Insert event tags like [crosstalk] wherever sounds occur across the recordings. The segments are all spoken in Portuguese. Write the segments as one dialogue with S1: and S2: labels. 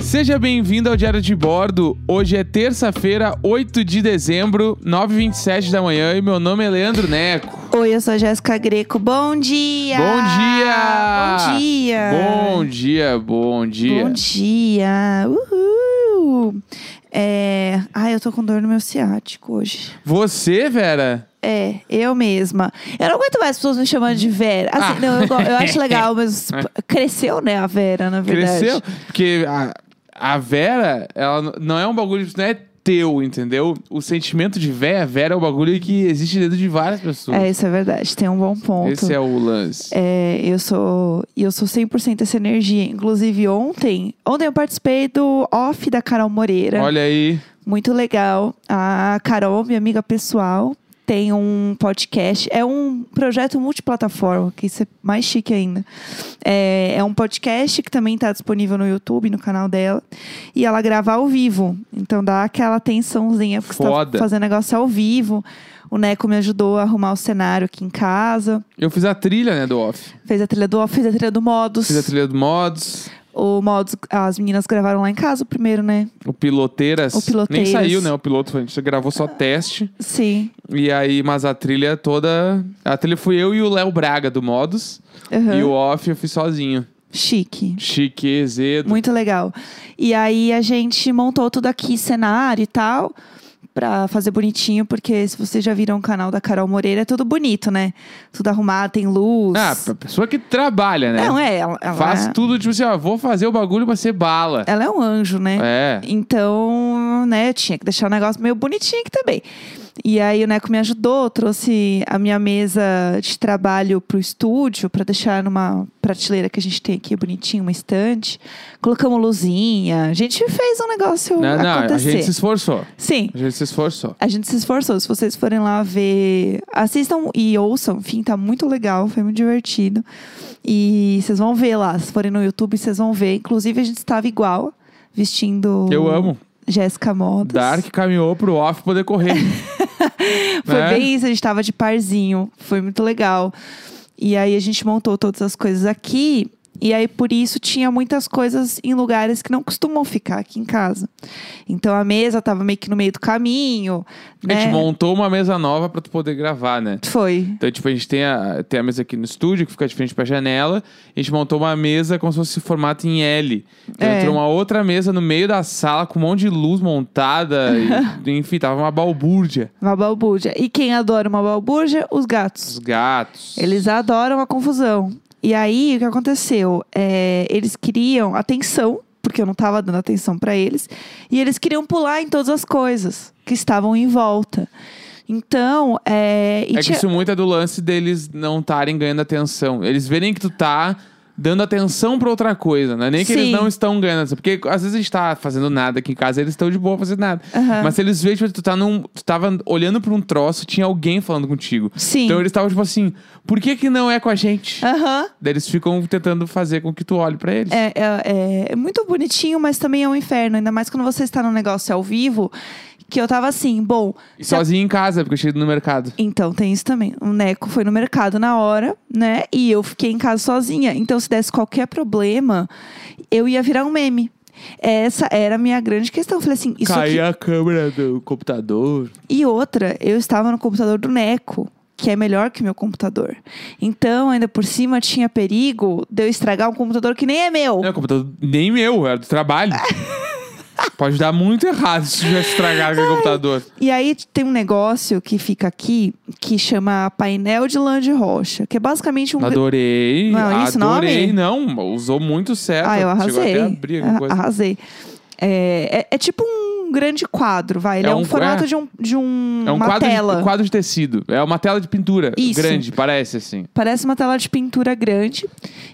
S1: Seja bem-vindo ao Diário de Bordo. Hoje é terça-feira, 8 de dezembro, 9h27 da manhã, e meu nome é Leandro Neco.
S2: Oi, eu sou a Jéssica Greco. Bom dia!
S1: Bom dia!
S2: Bom dia!
S1: Bom dia, bom dia.
S2: Bom dia! Uhul! É... Ai, eu tô com dor no meu ciático hoje.
S1: Você, Vera?
S2: É, eu mesma. Eu não aguento mais as pessoas me chamando de Vera. Assim,
S1: Ah.
S2: não, eu, go- eu acho
S1: [laughs]
S2: legal, mas cresceu, né, a Vera, na verdade.
S1: Cresceu? Porque a, a Vera, ela n- não é um bagulho, não é teu, entendeu? O sentimento de Vera, Vera é um bagulho que existe dentro de várias pessoas.
S2: É, isso é verdade. Tem um bom ponto.
S1: Esse é o lance.
S2: É, eu sou e eu sou 100% essa energia. Inclusive, ontem, ontem eu participei do off da Carol Moreira.
S1: Olha aí.
S2: Muito legal. A Carol, minha amiga pessoal, tem um podcast. É um projeto multiplataforma, que isso é mais chique ainda. É, é um podcast que também está disponível no YouTube, no canal dela. E ela grava ao vivo. Então dá aquela tensãozinha, porque você
S1: Foda.
S2: tá fazendo negócio ao vivo. O Neco me ajudou a arrumar o cenário aqui em casa.
S1: Eu fiz a trilha, né, do off.
S2: Fez a trilha do off, fez a trilha do Modus.
S1: Fiz a trilha do Mods,
S2: O Modus, as meninas gravaram lá em casa o primeiro, né?
S1: o Piloteiras.
S2: O Piloteiras.
S1: Nem saiu, né, o piloto. A gente gravou só teste.
S2: Sim.
S1: E aí, mas a trilha toda... A trilha fui eu e o Léo Braga do Modos.
S2: Aham.
S1: E o off eu fiz sozinho.
S2: Chique.
S1: Chique, zedo.
S2: Muito legal. E aí a gente montou tudo aqui, cenário e tal, pra fazer bonitinho, porque se vocês já viram o canal da Carol Moreira, é tudo bonito, né? Tudo arrumado, tem luz.
S1: Ah, pra pessoa que trabalha, né?
S2: Não, é, ela, ela,
S1: Faz tudo, tipo assim, ó, vou fazer o bagulho pra ser bala.
S2: ela é um anjo, né?
S1: É.
S2: Então, né, eu tinha que deixar o negócio meio bonitinho aqui também. E aí o Neco me ajudou, trouxe a minha mesa de trabalho pro estúdio para deixar numa prateleira que a gente tem aqui bonitinho, uma estante. Colocamos luzinha. A gente fez um negócio
S1: Não, Né? não, a
S2: acontecer.
S1: gente se esforçou.
S2: Sim.
S1: A gente se esforçou.
S2: A gente se esforçou. Se vocês forem lá ver, assistam e ouçam. Enfim, tá muito legal, foi muito divertido. E vocês vão ver lá. Se forem no YouTube, vocês vão ver. Inclusive, a gente estava igual, vestindo.
S1: Eu amo.
S2: Jéssica Modas.
S1: Dark caminhou pro off poder correr.
S2: [laughs] Foi
S1: né?
S2: bem isso, a gente tava de parzinho. Foi muito legal. E aí a gente montou todas as coisas aqui. E aí, por isso, tinha muitas coisas em lugares que não costumam ficar aqui em casa. Então, a mesa tava meio que no meio do caminho.
S1: A gente
S2: né?
S1: montou uma mesa nova pra tu poder gravar, né?
S2: Foi.
S1: Então, tipo, a gente tem a, tem a mesa aqui no estúdio, que fica de frente pra janela. A gente montou uma mesa como se fosse formato em L. Então,
S2: É.
S1: entrou uma outra mesa no meio da sala, com um monte de luz montada. e,
S2: [laughs]
S1: enfim, tava uma balbúrdia.
S2: Uma balbúrdia. E quem adora uma balbúrdia? Os gatos.
S1: Os gatos.
S2: Eles adoram a confusão. E aí, o que aconteceu? É, eles queriam atenção, porque eu não tava dando atenção para eles. E eles queriam pular em todas as coisas que estavam em volta. Então, é, e
S1: É que
S2: tinha-
S1: isso muito é do lance deles não estarem ganhando atenção. Eles verem que tu tá dando atenção pra outra coisa, né? Nem que eles
S2: Sim.
S1: não estão ganhando atenção. Porque às vezes a gente tá fazendo nada aqui em casa, eles estão de boa fazendo nada.
S2: Aham.
S1: Mas se eles veem, tipo, tu tá num. Tu tava olhando pra um troço, tinha alguém falando contigo.
S2: Sim.
S1: Então eles estavam tipo assim, por que que não é com a gente?
S2: Aham.
S1: Daí eles ficam tentando fazer com que tu olhe pra eles.
S2: É, é- é muito bonitinho, mas também é um inferno. Ainda mais quando você está num negócio ao vivo, que eu tava assim, bom,
S1: E sozinho em casa, porque eu cheguei no mercado.
S2: Então, tem isso também. O Neco foi no mercado na hora, né? E eu fiquei em casa sozinha. Então, se desse qualquer problema, eu ia virar um meme. Essa era a minha grande questão. Eu falei assim, isso aqui...
S1: a câmera do computador.
S2: E outra, eu estava no computador do Neco, que é melhor que o meu computador. Então, ainda por cima, tinha perigo de eu estragar um computador que nem é meu.
S1: Não, computador nem meu, era do
S2: [laughs]
S1: trabalho. Pode dar muito errado se tivesse estragado aquele computador.
S2: E aí tem um negócio que fica aqui, que chama painel de lã de rocha. Que é basicamente um...
S1: Adorei.
S2: Não, é isso o nome?
S1: adorei, não. Usou muito certo.
S2: Ah, eu
S1: Chegou
S2: arrasei.
S1: até a abrir alguma
S2: Ah,
S1: coisa.
S2: Arrasei. É, é- é tipo um grande quadro, vai. Ele
S1: É
S2: é,
S1: um-
S2: um formato
S1: é.
S2: de, um, de um,
S1: É um
S2: uma
S1: quadro
S2: tela.
S1: de, quadro de tecido. É uma tela de pintura
S2: Isso.
S1: grande, parece assim.
S2: Parece uma tela de pintura grande.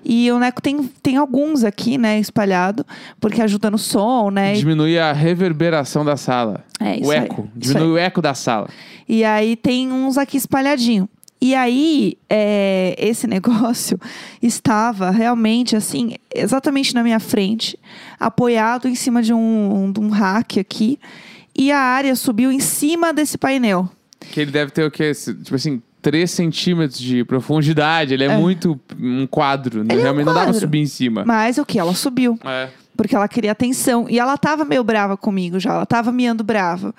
S2: E o Neco tem, tem alguns aqui, né, espalhado. Porque ajuda no som, né?
S1: Diminui a reverberação da sala.
S2: É, isso
S1: o
S2: aí,
S1: eco.
S2: isso
S1: Diminui o eco da sala.
S2: E aí tem uns aqui espalhadinho. E aí, é, esse [laughs] negócio estava realmente assim, exatamente na minha frente, apoiado em cima de um, de um rack aqui. E a área subiu em cima desse painel.
S1: Que ele deve ter o quê? Esse- Tipo assim, 3 centímetros de
S2: É.
S1: profundidade. Ele é, muito um quadro. né? Realmente não dá pra
S2: quadro.
S1: subir em cima.
S2: Mas o que? Ela subiu.
S1: É.
S2: Porque ela queria atenção. E ela tava meio brava comigo já. Ela tava miando brava.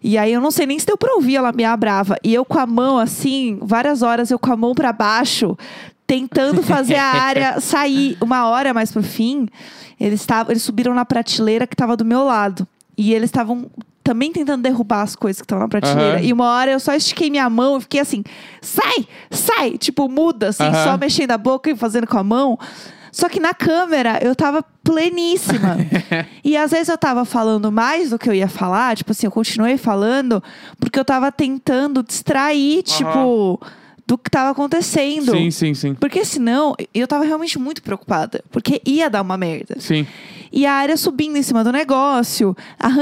S2: E aí eu não sei nem se deu pra ouvir ela miar brava. E eu com a mão assim, várias horas eu com a mão pra baixo, tentando fazer
S1: [laughs]
S2: a área sair. Uma hora mais pro fim, eles, tavam, eles subiram na prateleira que tava do meu lado. E eles estavam também tentando derrubar as coisas que estavam na prateleira.
S1: Aham.
S2: E uma hora eu só estiquei minha mão e fiquei assim, sai, sai! Tipo, muda, assim,
S1: Aham.
S2: só mexendo a boca e fazendo com a mão. Só que na câmera eu tava
S1: [laughs]
S2: pleníssima. e às vezes eu tava falando mais do que eu ia falar, tipo assim, eu continuei falando, porque eu tava tentando distrair, tipo, do que tava acontecendo.
S1: Sim, sim, sim.
S2: Porque senão eu tava realmente muito preocupada, porque ia dar uma merda.
S1: Sim.
S2: E a área subindo em cima do negócio,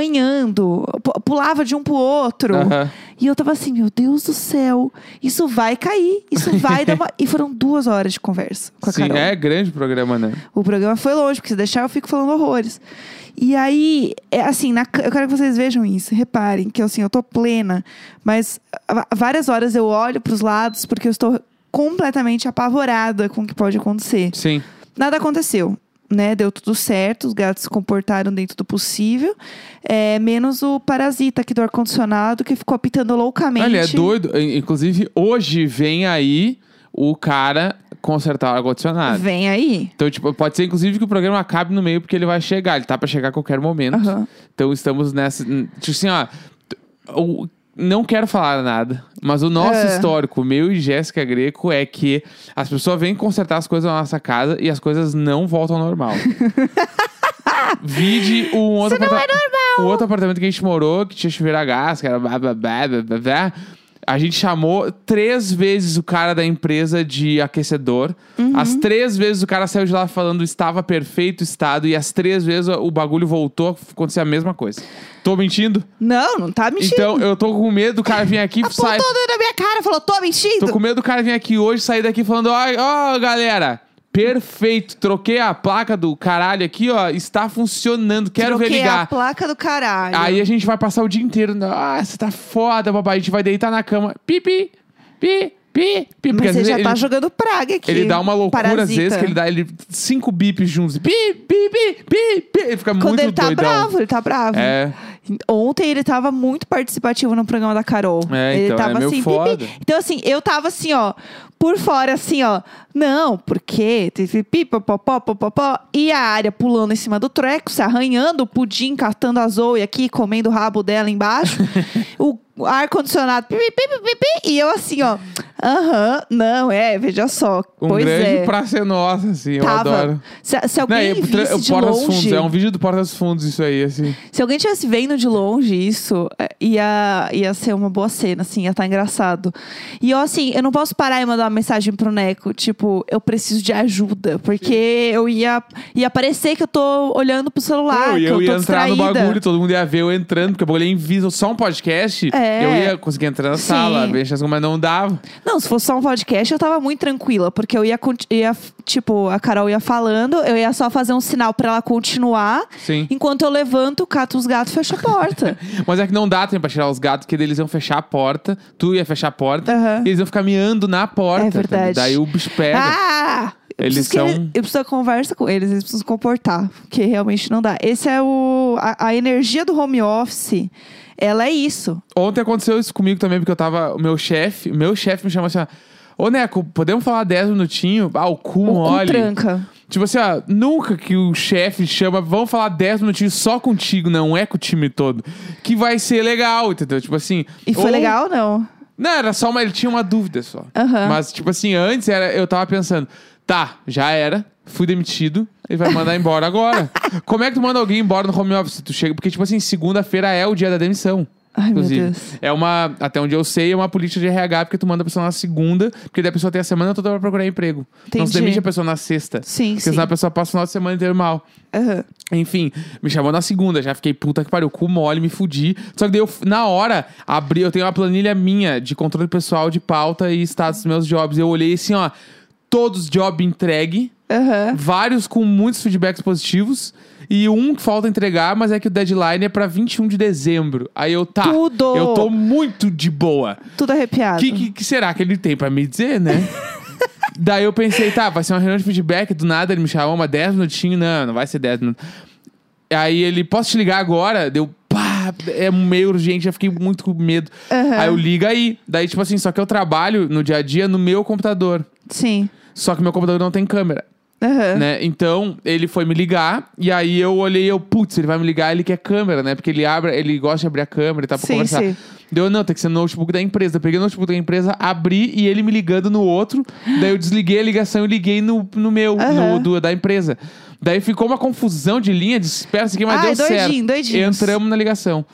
S2: arranhando, pu- pulava de um pro outro.
S1: Aham.
S2: E eu tava assim, meu Deus do céu, isso vai cair, isso vai
S1: [laughs]
S2: dar uma... E foram duas horas de conversa com a
S1: Sim,
S2: Carol.
S1: é grande o programa, né?
S2: O programa foi longe, porque se deixar eu fico falando horrores. E aí, é assim, na c- eu quero que vocês vejam isso, reparem, que assim, eu tô plena, mas va- várias horas eu olho pros lados, porque eu estou completamente apavorada com o que pode acontecer.
S1: Sim.
S2: Nada aconteceu, né? Deu tudo certo, os gatos se comportaram dentro do possível. é, menos o parasita aqui do ar-condicionado, que ficou apitando loucamente.
S1: Olha, é doido. I- Inclusive, hoje vem aí o cara consertar o ar-condicionado.
S2: Vem aí.
S1: Então, tipo, pode ser, inclusive, que o programa acabe no meio, porque ele vai chegar. Ele tá pra chegar a qualquer momento.
S2: Aham.
S1: Então, estamos nessa... Tipo assim, ó... t- o- Não quero falar nada, mas o nosso
S2: É.
S1: histórico, meu e Jéssica Greco, é que as pessoas vêm consertar as coisas na nossa casa e as coisas não voltam ao normal. Vide um outro
S2: Isso não é
S1: normal. O outro apartamento que a gente morou, que tinha chuveiro a gás, que era blá, blá, blá, blá, blá, blá. A gente chamou três vezes o cara da empresa de aquecedor.
S2: Uhum.
S1: As três vezes o cara saiu de lá falando estava perfeito estado. E as três vezes o bagulho voltou, aconteceu a mesma coisa. Tô mentindo?
S2: Não, não tá mentindo.
S1: Então eu tô com medo do cara vir aqui e sair.
S2: Apontou na minha cara, falou, tô mentindo.
S1: Tô com medo do cara vir aqui hoje sair daqui falando: ó, ó, galera. Perfeito, troquei a placa do caralho aqui, ó. Está funcionando, quero ver
S2: Troquei
S1: ligar.
S2: a placa do caralho.
S1: Aí a gente vai passar o dia inteiro. né? Ah, você tá foda, papai. A gente vai deitar na cama. Pi, pi, pi, pi, pi. Porque
S2: Mas
S1: às
S2: você
S1: vezes
S2: já
S1: ele,
S2: tá jogando praga aqui.
S1: ele dá uma loucura
S2: parasita.
S1: às vezes, que ele dá ele, cinco bips juntos. Pi, pi, pi, pi, pi. Ele fica
S2: Quando
S1: muito
S2: ele tá
S1: doidão.
S2: bravo, ele tá bravo.
S1: É.
S2: Ontem ele tava muito participativo no programa da Carol.
S1: É,
S2: ele
S1: então,
S2: tava
S1: é meio
S2: assim, "Pi, pi".
S1: foda.
S2: Então, assim, eu tava assim, ó, por fora, assim, ó. Não, porque. E a área pulando em cima do treco, se arranhando, o pudim, catando a Zoe aqui, comendo o rabo dela
S1: [laughs]
S2: embaixo. o ar-condicionado. pi, pi, pi, pi, pi, pi. E eu assim, ó. Aham, não, é, veja só.
S1: Um
S2: pois
S1: grande
S2: é.
S1: pra ser nossa, assim. Eu
S2: Tava.
S1: adoro.
S2: Se, se
S1: Não,
S2: alguém
S1: e tra-
S2: visse de
S1: Porta dos
S2: longe,
S1: Fundos. É um vídeo do Porta dos Fundos, isso aí, assim.
S2: se alguém tivesse vendo de longe isso, eh, ia, ia ser uma boa cena, assim, ia estar engraçado. E eu, assim, eu não posso parar e mandar uma mensagem pro Neco, tipo, eu preciso de ajuda, porque eu ia, ia parecer que eu tô olhando pro celular,
S1: Pô, e
S2: que eu,
S1: eu
S2: tô
S1: ia entrar
S2: distraída.
S1: no bagulho, todo mundo ia ver eu entrando, porque o bagulho é invisível, só um podcast.
S2: É.
S1: Eu ia conseguir entrar na
S2: Sim.
S1: sala, ver as coisas, mas não dava.
S2: Não, se fosse só um podcast, eu tava muito tranquila, porque eu ia, conti- ia, tipo, a Carol ia falando, eu ia só fazer um sinal pra ela continuar,
S1: Sim.
S2: enquanto eu levanto, cato os gatos e fecho a porta.
S1: Mas é que não dá tempo pra tirar os gatos, porque daí eles iam fechar a porta, tu ia fechar a porta,
S2: Aham.
S1: e eles iam ficar miando na porta.
S2: É verdade.
S1: Daí o bicho pega.
S2: Ah! Eu
S1: Eles
S2: preciso que
S1: são-
S2: eu preciso da conversa com eles, eles precisam se comportar, porque realmente não dá. Esse é o. A, a energia do home office, ela é isso.
S1: Ontem aconteceu isso comigo também, porque eu tava. O meu chefe, meu chefe me chamou assim: ó, Ô Neco, podemos falar 10 minutinhos? Ah, o cu
S2: O- o
S1: mole.
S2: tranca.
S1: Tipo assim, ó, nunca que o chefe chama, vamos falar 10 minutinhos só contigo, não é com o time todo. Que vai ser legal, entendeu? Tipo assim.
S2: E foi
S1: ou-
S2: legal, não?
S1: Não, era só uma. Ele tinha uma dúvida só.
S2: Aham.
S1: Mas, tipo assim, antes era, eu tava pensando, tá, já era, fui demitido, ele vai mandar embora
S2: [laughs]
S1: agora. Como é que tu manda alguém embora no home office? Tu chega, porque, tipo assim, segunda-feira é o dia da demissão.
S2: Ai, meu
S1: Inclusive,
S2: Deus.
S1: é uma, até onde eu sei, é uma política de RH, porque tu manda a pessoa na segunda, porque daí a pessoa tem a semana toda pra procurar emprego. Não se
S2: Entendi.
S1: demite a pessoa na sexta.
S2: Sim,
S1: Porque
S2: sim.
S1: senão a pessoa passa o final de semana inteiro mal.
S2: Aham.
S1: Enfim, me chamou na segunda, já fiquei puta que pariu, cu mole, me fudi. Só que daí eu, na hora, abri, eu tenho uma planilha minha de controle pessoal, de pauta e status dos meus jobs. Eu olhei assim, ó, todos job entregue,
S2: Aham.
S1: vários com muitos feedbacks positivos. E um que falta entregar, mas é que o deadline é pra 21 de dezembro. Aí eu tá.
S2: Tudo!
S1: Eu tô muito de boa.
S2: Tudo
S1: O
S2: arrepiado.
S1: que, que- que será que ele tem pra me dizer, né? Daí eu pensei, tá, vai ser uma reunião de feedback, do nada ele me chamou, mas 10 minutinhos, não, não vai ser 10 minutos. Aí ele, posso te ligar agora? Deu, pá, é meio urgente, já fiquei muito com medo.
S2: Aham.
S1: Aí eu liga aí. Daí, tipo assim, só que eu trabalho no dia a dia no meu computador.
S2: Sim.
S1: Só que meu computador não tem câmera,
S2: Aham.
S1: né? Então, ele foi me ligar, e aí eu olhei e eu, putz, ele vai me ligar, ele quer câmera, né? Porque ele abre, ele gosta de abrir a câmera e tá pra
S2: Sim,
S1: conversar.
S2: sim.
S1: Deu, não, tem que ser no notebook da empresa. Eu peguei o notebook da empresa, abri e ele me ligando no outro. Daí eu desliguei a ligação e liguei no, no meu,
S2: Aham.
S1: no do, da empresa. Daí ficou uma confusão de linha, dispersa aqui, mas
S2: Ai,
S1: deu certo.
S2: doidinho, doidinhos.
S1: Entramos na ligação.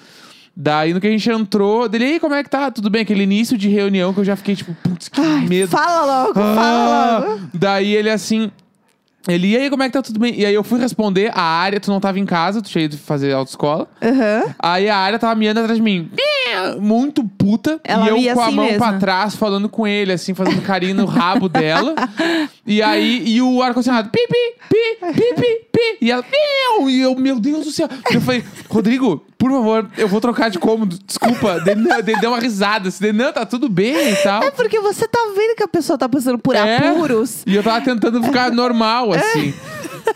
S1: Daí no que a gente entrou, dele, "E aí, como é que tá? Tudo bem? Aquele início de reunião que eu já fiquei tipo, putz, que medo.
S2: Fala logo,
S1: Ah!
S2: fala logo.
S1: Daí ele assim. Ele, e aí, como é que tá tudo bem? E aí eu fui responder a área, tu não tava em casa, tu cheio de fazer autoescola.
S2: Aham.
S1: Aí a área tava miando atrás de mim. Muito puta.
S2: Ela
S1: e eu
S2: mia
S1: com a
S2: assim
S1: mão
S2: mesmo.
S1: pra trás, falando com ele, assim, fazendo carinho no rabo dela. E aí, e o ar-condicionado, pi, pi, pi, pi, pi, pi. E ela, meu, e eu, meu Deus do céu. Eu falei, Rodrigo, por favor, eu vou trocar de cômodo, desculpa. [laughs] Daí, não, daí deu uma risada, assim, daí, não, tá tudo bem e tal.
S2: É porque você tá vendo que a pessoa tá passando por
S1: É.
S2: apuros.
S1: E eu tava tentando ficar normal, assim.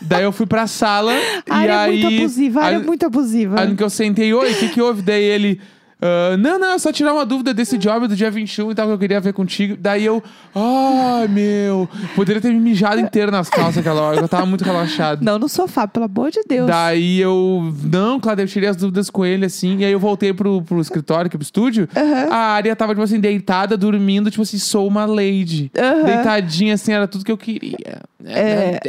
S1: Daí eu fui pra sala
S2: A
S1: e
S2: área é
S1: aí.
S2: muito abusiva, a área é
S1: aí-
S2: muito abusiva.
S1: Aí no que eu sentei, oi, o que, que houve? Daí ele. "Ah, não, não, é só tirar uma dúvida desse job do dia 21 e tal, que eu queria ver contigo. Daí eu, ai meu, poderia ter me mijado inteiro nas calças aquela hora, eu tava muito relaxado.
S2: Não no sofá, pelo amor de Deus.
S1: Daí eu, não, claro, eu tirei as dúvidas com ele assim, e aí eu voltei pro, pro escritório, aqui pro estúdio. A área tava, tipo assim, deitada, dormindo, tipo assim, sou uma lady.
S2: Aham.
S1: Deitadinha, assim, era tudo que eu queria. né?
S2: É.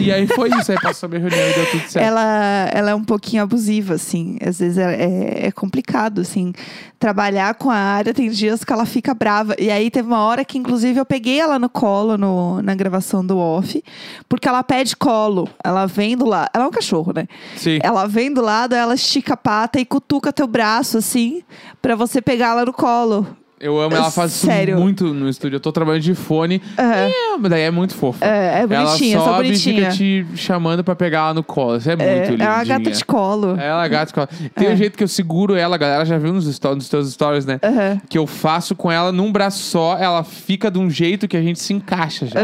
S1: E aí foi isso, aí passou a minha reunião e deu tudo certo.
S2: Ela, ela é um pouquinho abusiva, assim. Às vezes é, é- é complicado, assim. Trabalhar com a área, tem dias que ela fica brava. E aí teve uma hora que, inclusive, eu peguei ela no colo no- na gravação do off, porque ela pede colo. Ela vem do lado. Ela é um cachorro, né?
S1: Sim.
S2: Ela vem do lado, ela estica a pata e cutuca teu braço, assim, pra você pegar ela no colo.
S1: Eu amo, ela faz isso
S2: Sério.
S1: muito no estúdio. Eu tô trabalhando de fone. É, mas daí é muito fofo.
S2: É, é bonitinha,
S1: ela
S2: só
S1: sobe
S2: bonitinha.
S1: e fica te chamando pra pegar ela no colo. Isso é,
S2: É,
S1: muito lindo.
S2: é uma gata de colo.
S1: Ela é gata de colo. Tem um jeito que eu seguro ela, a galera já viu nos, sto- nos teus stories, né?
S2: Aham.
S1: Que eu faço com ela num braço só, ela fica de um jeito que a gente se encaixa
S2: [laughs]
S1: já.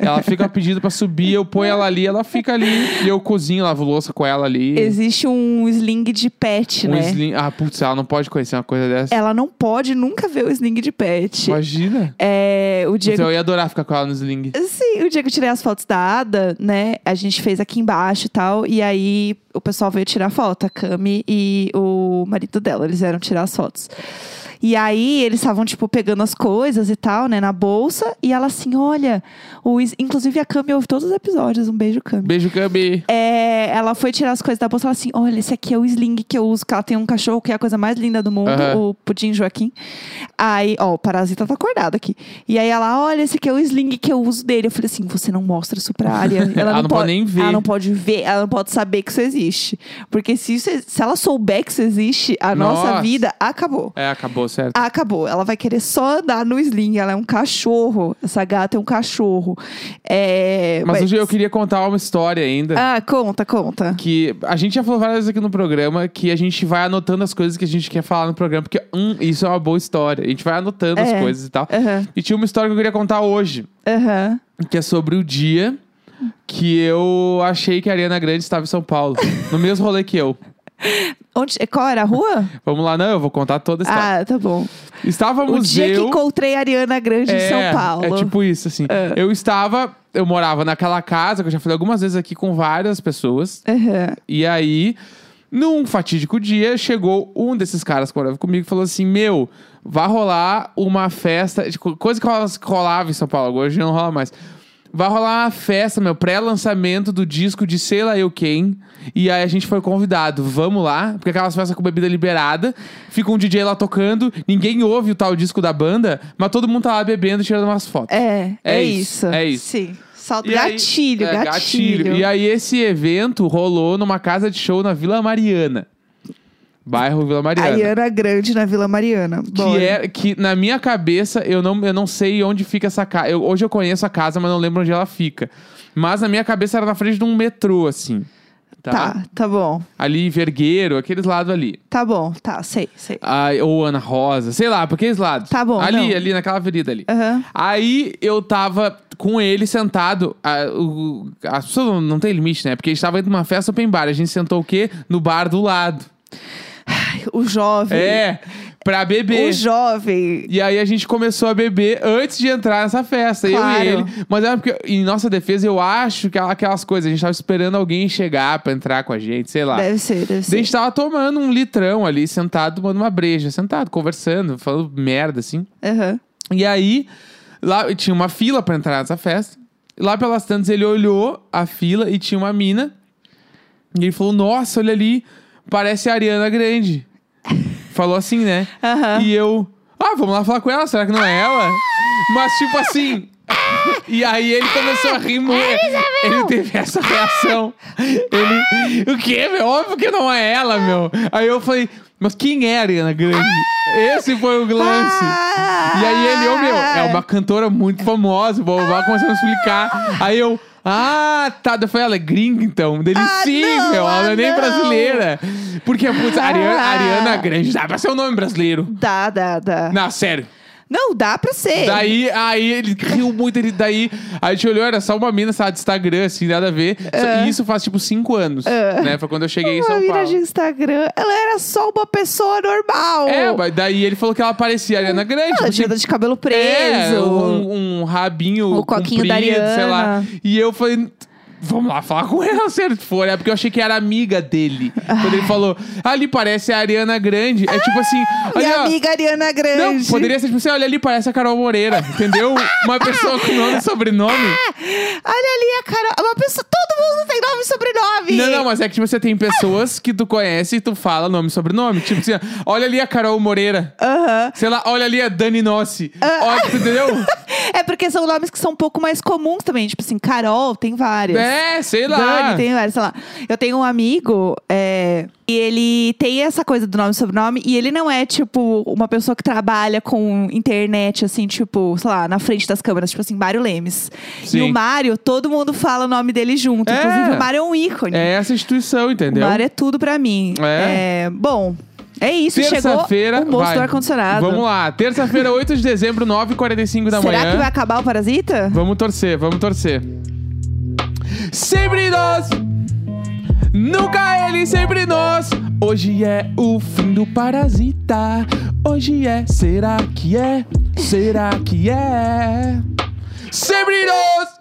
S1: ela fica pedindo pra subir, eu ponho ela ali, ela fica ali. E eu cozinho, lavo louça com ela ali.
S2: Existe um sling de pet,
S1: um
S2: né? É,
S1: sling- Ah, putz, ela não pode conhecer uma coisa dessa.
S2: Ela não pode nunca ver o sling de pet.
S1: Imagina.
S2: É, o Diego.
S1: Então eu ia adorar ficar com ela no sling.
S2: Sim, o dia que eu tirei as fotos da Ada, né? A gente fez aqui embaixo e tal. E aí o pessoal veio tirar foto, a Cami e o marido dela. Eles vieram tirar as fotos. E aí eles estavam, tipo, pegando as coisas e tal, né? Na bolsa. E ela assim, olha. O... is- Inclusive a Cami ouve todos os episódios. Um beijo, Cami.
S1: Beijo, Gabi.
S2: É, ela foi tirar as coisas da bolsa e ela assim: olha, esse aqui é o sling que eu uso, que ela tem um cachorro que é a coisa mais linda do mundo,
S1: Aham.
S2: o Pudim Joaquim. Aí, ó, o parasita tá acordado aqui. E aí ela, olha, esse aqui é o sling que eu uso dele. Eu falei assim: você não mostra isso
S1: [laughs]
S2: pra área. Ela,
S1: Ela não pode nem ver.
S2: Ela não pode ver, ela não pode saber que isso existe. Porque se, isso, se ela souber que isso existe, a nossa
S1: Nossa.
S2: vida acabou.
S1: É, acabou, certo?
S2: Acabou. Ela vai querer só andar no sling. Ela é um cachorro. Essa gata é um cachorro. É,
S1: Mas hoje eu queria contar uma história ainda.
S2: Ah, conta, conta.
S1: Que a gente já falou várias vezes aqui no programa que a gente vai anotando as coisas que a gente quer falar no programa, porque, hum, isso é uma boa história. A gente vai anotando
S2: É.
S1: as coisas e tal.
S2: Aham,
S1: E tinha uma história que eu queria contar hoje,
S2: aham.
S1: que é sobre o dia que eu achei que a Ariana Grande estava em São Paulo, no mesmo rolê que eu.
S2: Onde, qual era
S1: [laughs]
S2: a rua?
S1: Vamos lá, não, eu vou contar toda a história.
S2: ah, tá bom.
S1: Estávamos
S2: O dia que
S1: eu-
S2: encontrei a Ariana Grande em São Paulo. Ah.
S1: É tipo isso, assim. Eu estava, eu morava naquela casa, que eu já falei algumas vezes aqui com várias pessoas.
S2: Aham.
S1: E aí, num fatídico dia, chegou um desses caras que morava comigo e falou assim: Meu, vai rolar uma festa. tipo, Coisa que rola- rolava em São Paulo, agora hoje não rola mais. Vai rolar uma festa, meu, pré-lançamento do disco de sei lá eu quem. E aí a gente foi convidado, vamos lá, porque aquelas festas com bebida liberada, fica um DJ lá tocando, ninguém ouve o tal disco da banda, mas todo mundo tá lá bebendo e tirando umas fotos.
S2: É, é,
S1: É isso,
S2: isso.
S1: é isso.
S2: Sim. Salto,
S1: E aí-
S2: gatilho,
S1: é,
S2: gatilho,
S1: E aí esse evento rolou numa casa de show na Vila Mariana. Bairro Vila Mariana.
S2: Ariana Grande na Vila Mariana.
S1: Que,
S2: Bora.
S1: é, que na minha cabeça, eu não, eu não sei onde fica essa casa. hoje eu conheço a casa, mas não lembro onde ela fica. Mas na minha cabeça era na frente de um metrô, assim. Tá?
S2: tá, tá bom.
S1: Ali, Vergueiro, aqueles lados ali.
S2: Tá bom, tá, sei, sei.
S1: Ah, ou Ana Rosa, sei lá, pra aqueles lados.
S2: Tá bom,
S1: Ali,
S2: não.
S1: ali, naquela avenida ali.
S2: Aham.
S1: Aí eu tava com ele sentado. A, o, as pessoas não, não tem limite, né? Porque a gente tava indo numa festa open bar. A gente sentou o quê? No bar do lado.
S2: O jovem.
S1: É, pra beber.
S2: O jovem.
S1: E aí a gente começou a beber antes de entrar nessa festa, eu
S2: Claro.
S1: e ele. Mas é porque, em nossa defesa, eu acho que aquelas coisas, a gente tava esperando alguém chegar pra entrar com a gente, sei lá.
S2: Deve ser, deve
S1: Daí A
S2: ser.
S1: gente tava tomando um litrão ali, sentado, tomando uma breja, sentado, conversando, falando merda, assim.
S2: Aham.
S1: E aí, lá tinha uma fila pra entrar nessa festa. Lá pelas tantas, ele olhou a fila e tinha uma mina. E ele falou: Nossa, olha ali, parece a Ariana Grande. falou assim, né?
S2: Aham.
S1: E eu, ah, vamos lá falar com ela, será que não é ela? Mas tipo assim. E aí ele começou a rir muito. Ele teve essa reação. Ele. O quê, meu? Óbvio que não é ela, meu. Aí eu falei, mas quem é a Ariana Grande? Esse foi o lance. E aí ele, ô meu, é
S2: Ah,
S1: uma cantora muito famosa, vou vou começar a explicar. Aí eu, ah, tá. Daí Eu falei, ela é gringa então. Dele,
S2: Ah,
S1: sim,
S2: não,
S1: meu, ela
S2: ah,
S1: é nem
S2: não.
S1: brasileira. Porque, putz, Ariana,
S2: Ah.
S1: Ariana Grande, dá pra ser um nome brasileiro.
S2: Dá, dá, dá.
S1: Não, sério.
S2: Não, dá pra ser.
S1: Daí, aí ele riu muito, ele daí. A gente olhou, era só uma mina, sabe, de Instagram, assim, nada a ver. Só- E isso faz tipo cinco anos, né? Foi quando eu cheguei em
S2: Ah. Uma
S1: São
S2: mina de
S1: Paulo.
S2: Instagram. Ela era só uma pessoa normal.
S1: É, mas daí ele falou que ela parecia a Ariana Grande.
S2: Ela
S1: tipo,
S2: tinha de cabelo preso.
S1: É, um, um rabinho
S2: O coquinho da
S1: comprido, sei lá.
S2: Ariana.
S1: E eu falei... Vamos lá falar com ela, [laughs] se for. É porque eu achei que era amiga dele. Quando ele falou, ali parece a Ariana Grande. É tipo assim...
S2: Ah, Minha
S1: olha, ó,
S2: amiga Ariana Grande.
S1: Não, poderia ser tipo assim, olha ali parece a Carol Moreira, entendeu? Uma pessoa com nome e sobrenome.
S2: É, Olha ali a cara. Uma pessoa. Todo mundo tem nome [laughs] e sobrenome.
S1: Não, não, mas é que tipo, você tem pessoas que tu conhece e tu fala nome e sobrenome. Tipo assim, ó, olha ali a Carol Moreira.
S2: Aham.
S1: Sei lá, olha ali a Dani Nossi.
S2: Ah,
S1: Olha, tu entendeu?
S2: [laughs] É porque são nomes que são um pouco mais comuns também. Tipo assim, Carol tem várias.
S1: É, sei lá.
S2: Dani tem várias, sei lá. Eu tenho um amigo é, e ele tem essa coisa do nome e sobrenome. E ele não é, tipo, uma pessoa que trabalha com internet, assim, tipo, sei lá, na frente das câmeras. Tipo assim, Mário Lemes. E
S1: Sim.
S2: o Mário, todo mundo fala o nome dele junto.
S1: É.
S2: Inclusive, o Mário é um ícone.
S1: É essa instituição, entendeu?
S2: O Mário é tudo pra mim.
S1: É.
S2: É, bom, é isso. Chegou
S1: Terça-feira.
S2: o moço
S1: vai.
S2: do ar-condicionado.
S1: Vamos lá.
S2: [laughs]
S1: Terça-feira, 8 de dezembro, 9h45 da
S2: Será
S1: manhã.
S2: que vai acabar o Parasita?
S1: Vamos torcer, vamos torcer. Sempre nós! Nunca ele, sempre nós! Hoje é o fim do parasita. Hoje é, será que é? Será que é? Sempre nós!